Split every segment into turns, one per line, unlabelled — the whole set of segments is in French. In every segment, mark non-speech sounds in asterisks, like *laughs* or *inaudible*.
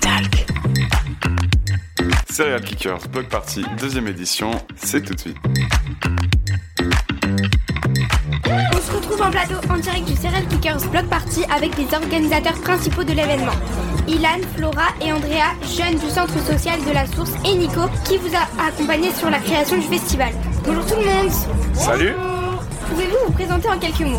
Talk.
Serial Kickers, Blog Party, deuxième édition, c'est tout de suite.
On se retrouve en plateau en direct du Serial Kickers Block Party avec les organisateurs principaux de l'événement. Ilan, Flora et Andrea, jeunes du centre social de la Source, et Nico, qui vous a accompagné sur la création du festival. Bonjour tout le monde
Salut.
Bonjour. Pouvez-vous vous présenter en quelques mots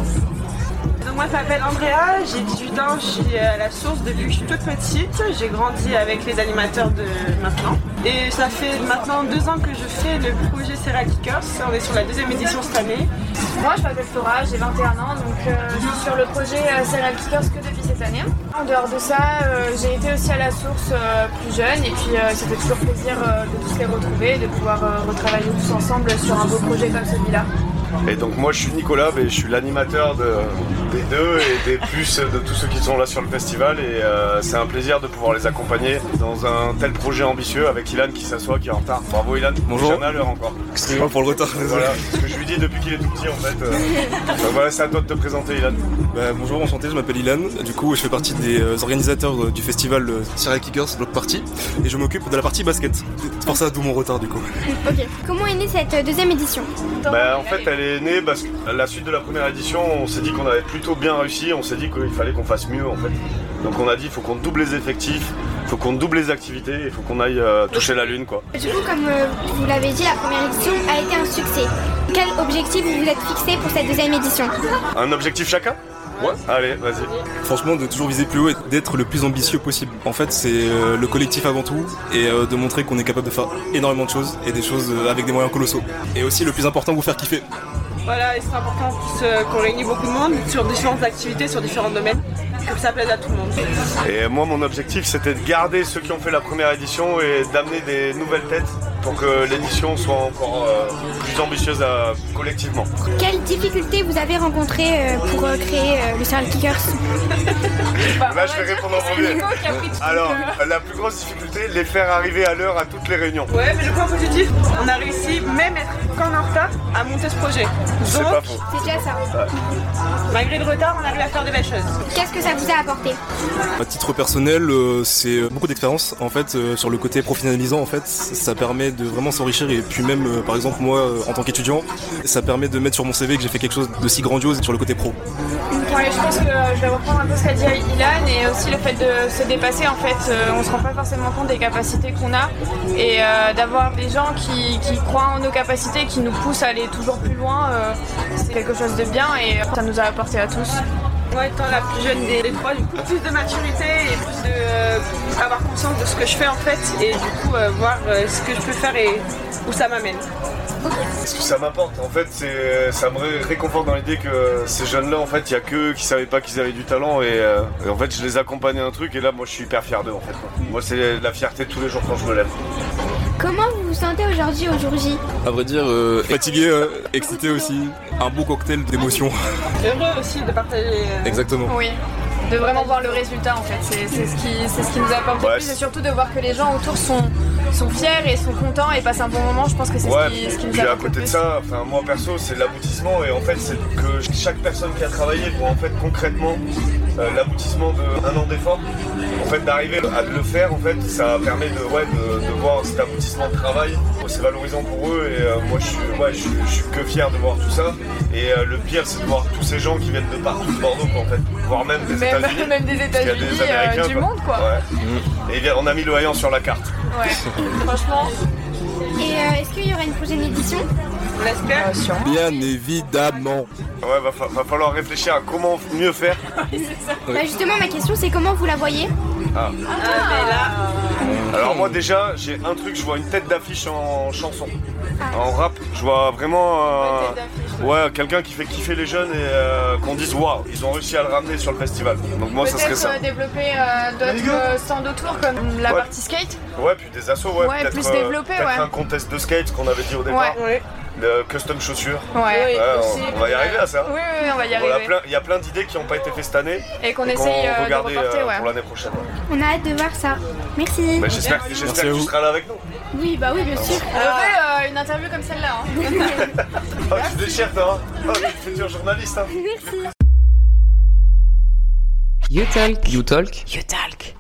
Donc moi je m'appelle Andrea, j'ai 18 ans, je suis à la source depuis que je suis toute petite. J'ai grandi avec les animateurs de maintenant. Et ça fait maintenant deux ans que je fais le projet Serra Kickers. On est sur la deuxième édition cette année.
Moi, je m'appelle Flora, j'ai 21 ans, donc euh, je suis sur le projet euh, Serial Kickers que depuis cette année. En dehors de ça, euh, j'ai été aussi à la source euh, plus jeune, et puis euh, c'était toujours plaisir euh, de tous les retrouver, de pouvoir euh, retravailler tous ensemble sur un beau projet comme celui-là.
Et donc moi je suis Nicolas, et je suis l'animateur de- des deux et des plus de tous ceux qui sont là sur le festival et euh, c'est un plaisir de pouvoir les accompagner dans un tel projet ambitieux avec Ilan qui s'assoit, qui est en retard. Bravo Ilan,
Bonjour.
J'en ai à l'heure encore.
Excusez-moi pour le retard.
Voilà, ce que je lui dis depuis qu'il est tout petit en fait. euh. Donc voilà, c'est à toi de te présenter Ilan.
Bah, bonjour, enchanté, je m'appelle Ilan. Du coup, je fais partie des euh, organisateurs euh, du festival euh, Serial Kickers Block Party et je m'occupe de la partie basket. C'est pour ça d'où mon retard du coup.
Mm, Ok. Comment est née cette euh, deuxième édition
Bah, en fait, elle est née parce que à la suite de la première édition, on s'est dit qu'on avait plutôt bien réussi, on s'est dit qu'il fallait qu'on fasse mieux en fait. Donc on a dit faut qu'on double les effectifs, faut qu'on double les activités, il faut qu'on aille euh, toucher la lune quoi.
Du coup, comme euh, vous l'avez dit, la première édition a été un succès. Quel objectif vous vous êtes fixé pour cette deuxième édition
Un objectif chacun Ouais. Allez, vas-y.
Franchement, de toujours viser plus haut et d'être le plus ambitieux possible. En fait, c'est euh, le collectif avant tout et euh, de montrer qu'on est capable de faire énormément de choses et des choses euh, avec des moyens colossaux. Et aussi, le plus important, vous faire kiffer.
Voilà, et c'est important euh, qu'on réunisse beaucoup de monde sur différentes activités, sur différents domaines, pour que ça plaise à tout le monde.
Et moi, mon objectif, c'était de garder ceux qui ont fait la première édition et d'amener des nouvelles têtes pour que l'édition soit encore euh, plus ambitieuse euh, collectivement.
Quelles difficultés vous avez rencontrées euh, pour euh, créer euh, le Serial Kickers
Là, Eh ben, je vais répondre en premier. Alors, la plus grosse difficulté, les faire arriver à l'heure à toutes les réunions.
Ouais, mais le point positif, on a réussi, même être qu'en en retard, à monter ce projet.
C'est
Donc,
pas faux.
C'est déjà ça.
malgré le retard, on arrive à faire de belles choses.
Qu'est-ce que ça vous a apporté
À titre personnel, euh, c'est beaucoup d'expérience en fait euh, sur le côté professionnalisant en fait, ça permet de vraiment s'enrichir et puis même euh, par exemple moi euh, en tant qu'étudiant, ça permet de mettre sur mon CV que j'ai fait quelque chose de si grandiose sur le côté pro.
Ouais, je pense que euh, je vais reprendre un peu ce qu'a dit Ilan et aussi le fait de se dépasser en fait euh, on se rend pas forcément compte des capacités qu'on a et euh, d'avoir des gens qui, qui croient en nos capacités qui nous poussent à aller toujours plus loin euh, c'est quelque chose de bien et euh, ça nous a apporté à tous
Moi étant la plus jeune des, des trois, du coup, plus de maturité et plus de euh, avoir conscience de ce que je fais en fait et du coup euh, voir euh, ce que je peux faire et où ça m'amène.
Ce que ça m'apporte, en fait, c'est ça me ré- réconforte dans l'idée que ces jeunes-là, en fait, il y a qu'eux qui savaient pas qu'ils avaient du talent et, euh, et en fait, je les accompagne à un truc et là, moi, je suis hyper fier d'eux, en fait. quoi. Moi, c'est la fierté tous les jours quand je me lève.
Comment vous vous sentez aujourd'hui au jour J
À vrai dire, euh, fatigué, euh, excité aussi, un beau cocktail d'émotions.
Heureux aussi de partager. euh,
Exactement.
oui de vraiment voir le résultat en fait c'est c'est ce qui c'est ce qui nous a apporté
Ouais,
le plus
c'est-
et surtout de voir que les gens autour sont sont fiers et sont contents et passent un bon moment je pense que c'est
Ouais,
ce qui, ce qui nous
puis
a
à
apporté
côté
le
de
plus.
ça, enfin moi perso, c'est l'aboutissement et en fait c'est que chaque personne qui a travaillé pour en fait concrètement euh, l'aboutissement d'un an d'effort, en fait d'arriver à le faire, en fait ça permet de, ouais, de, de voir cet aboutissement de travail, c'est valorisant pour eux et euh, moi je suis, ouais, je, suis- je suis que fier de voir tout ça et euh, le pire c'est de voir tous ces gens qui viennent de partout de Bordeaux quoi, en fait, voire même des
même, *laughs*
États-Unis.
même des
Parce qu'il y a
États-Unis,
des
euh,
Américains,
du
quoi.
monde quoi.
Ouais. Et bien, on a mis l'Oyan sur la carte.
Ouais. Franchement,
Et euh, est-ce qu'il y aura une prochaine édition
On l'espère.
Bien évidemment.
Ouais, va, fa- va falloir réfléchir à comment mieux faire.
Bah, Justement, ma question c'est comment vous la voyez
Ah, mais là,
Alors moi déjà, j'ai un truc, je vois une tête d'affiche en chanson,
Ah.
en rap. Je vois vraiment euh, ouais, quelqu'un qui fait kiffer les jeunes et euh, qu'on dise waouh, ils ont réussi à le ramener sur le festival. Donc moi Oh, ça serait
peut-être
ça.
euh, développer euh,
Les
d'autres
gars.
euh, stands autour comme la
Ouais.
partie skate.
Ouais, puis des assos, ouais,
Ouais,
peut-être
plus
euh,
développé,
peut-être
ouais.
un contest de skate qu'on avait dit au départ,
ouais.
Le custom chaussures.
Ouais.
Ouais, on-
euh,
on, va y arriver à ça. hein.
Oui, oui, oui, on va y
Voilà,
arriver.
plein- Il y a plein d'idées qui n'ont pas été faites cette année
Et qu'on
et qu'on
essaye euh, de
regardait, euh,
reporter, ouais.
pour l'année prochaine.
On a hâte de voir ça. Merci.
Mais j'espère que j'espère
Merci à
que tu
vous.
seras là avec nous.
Oui, bah oui, bien sûr.
On veut euh, une interview comme celle-là. hein.
Oh, tu déchires, toi. hein. Oh, t'es futur journaliste. hein.
You Talk.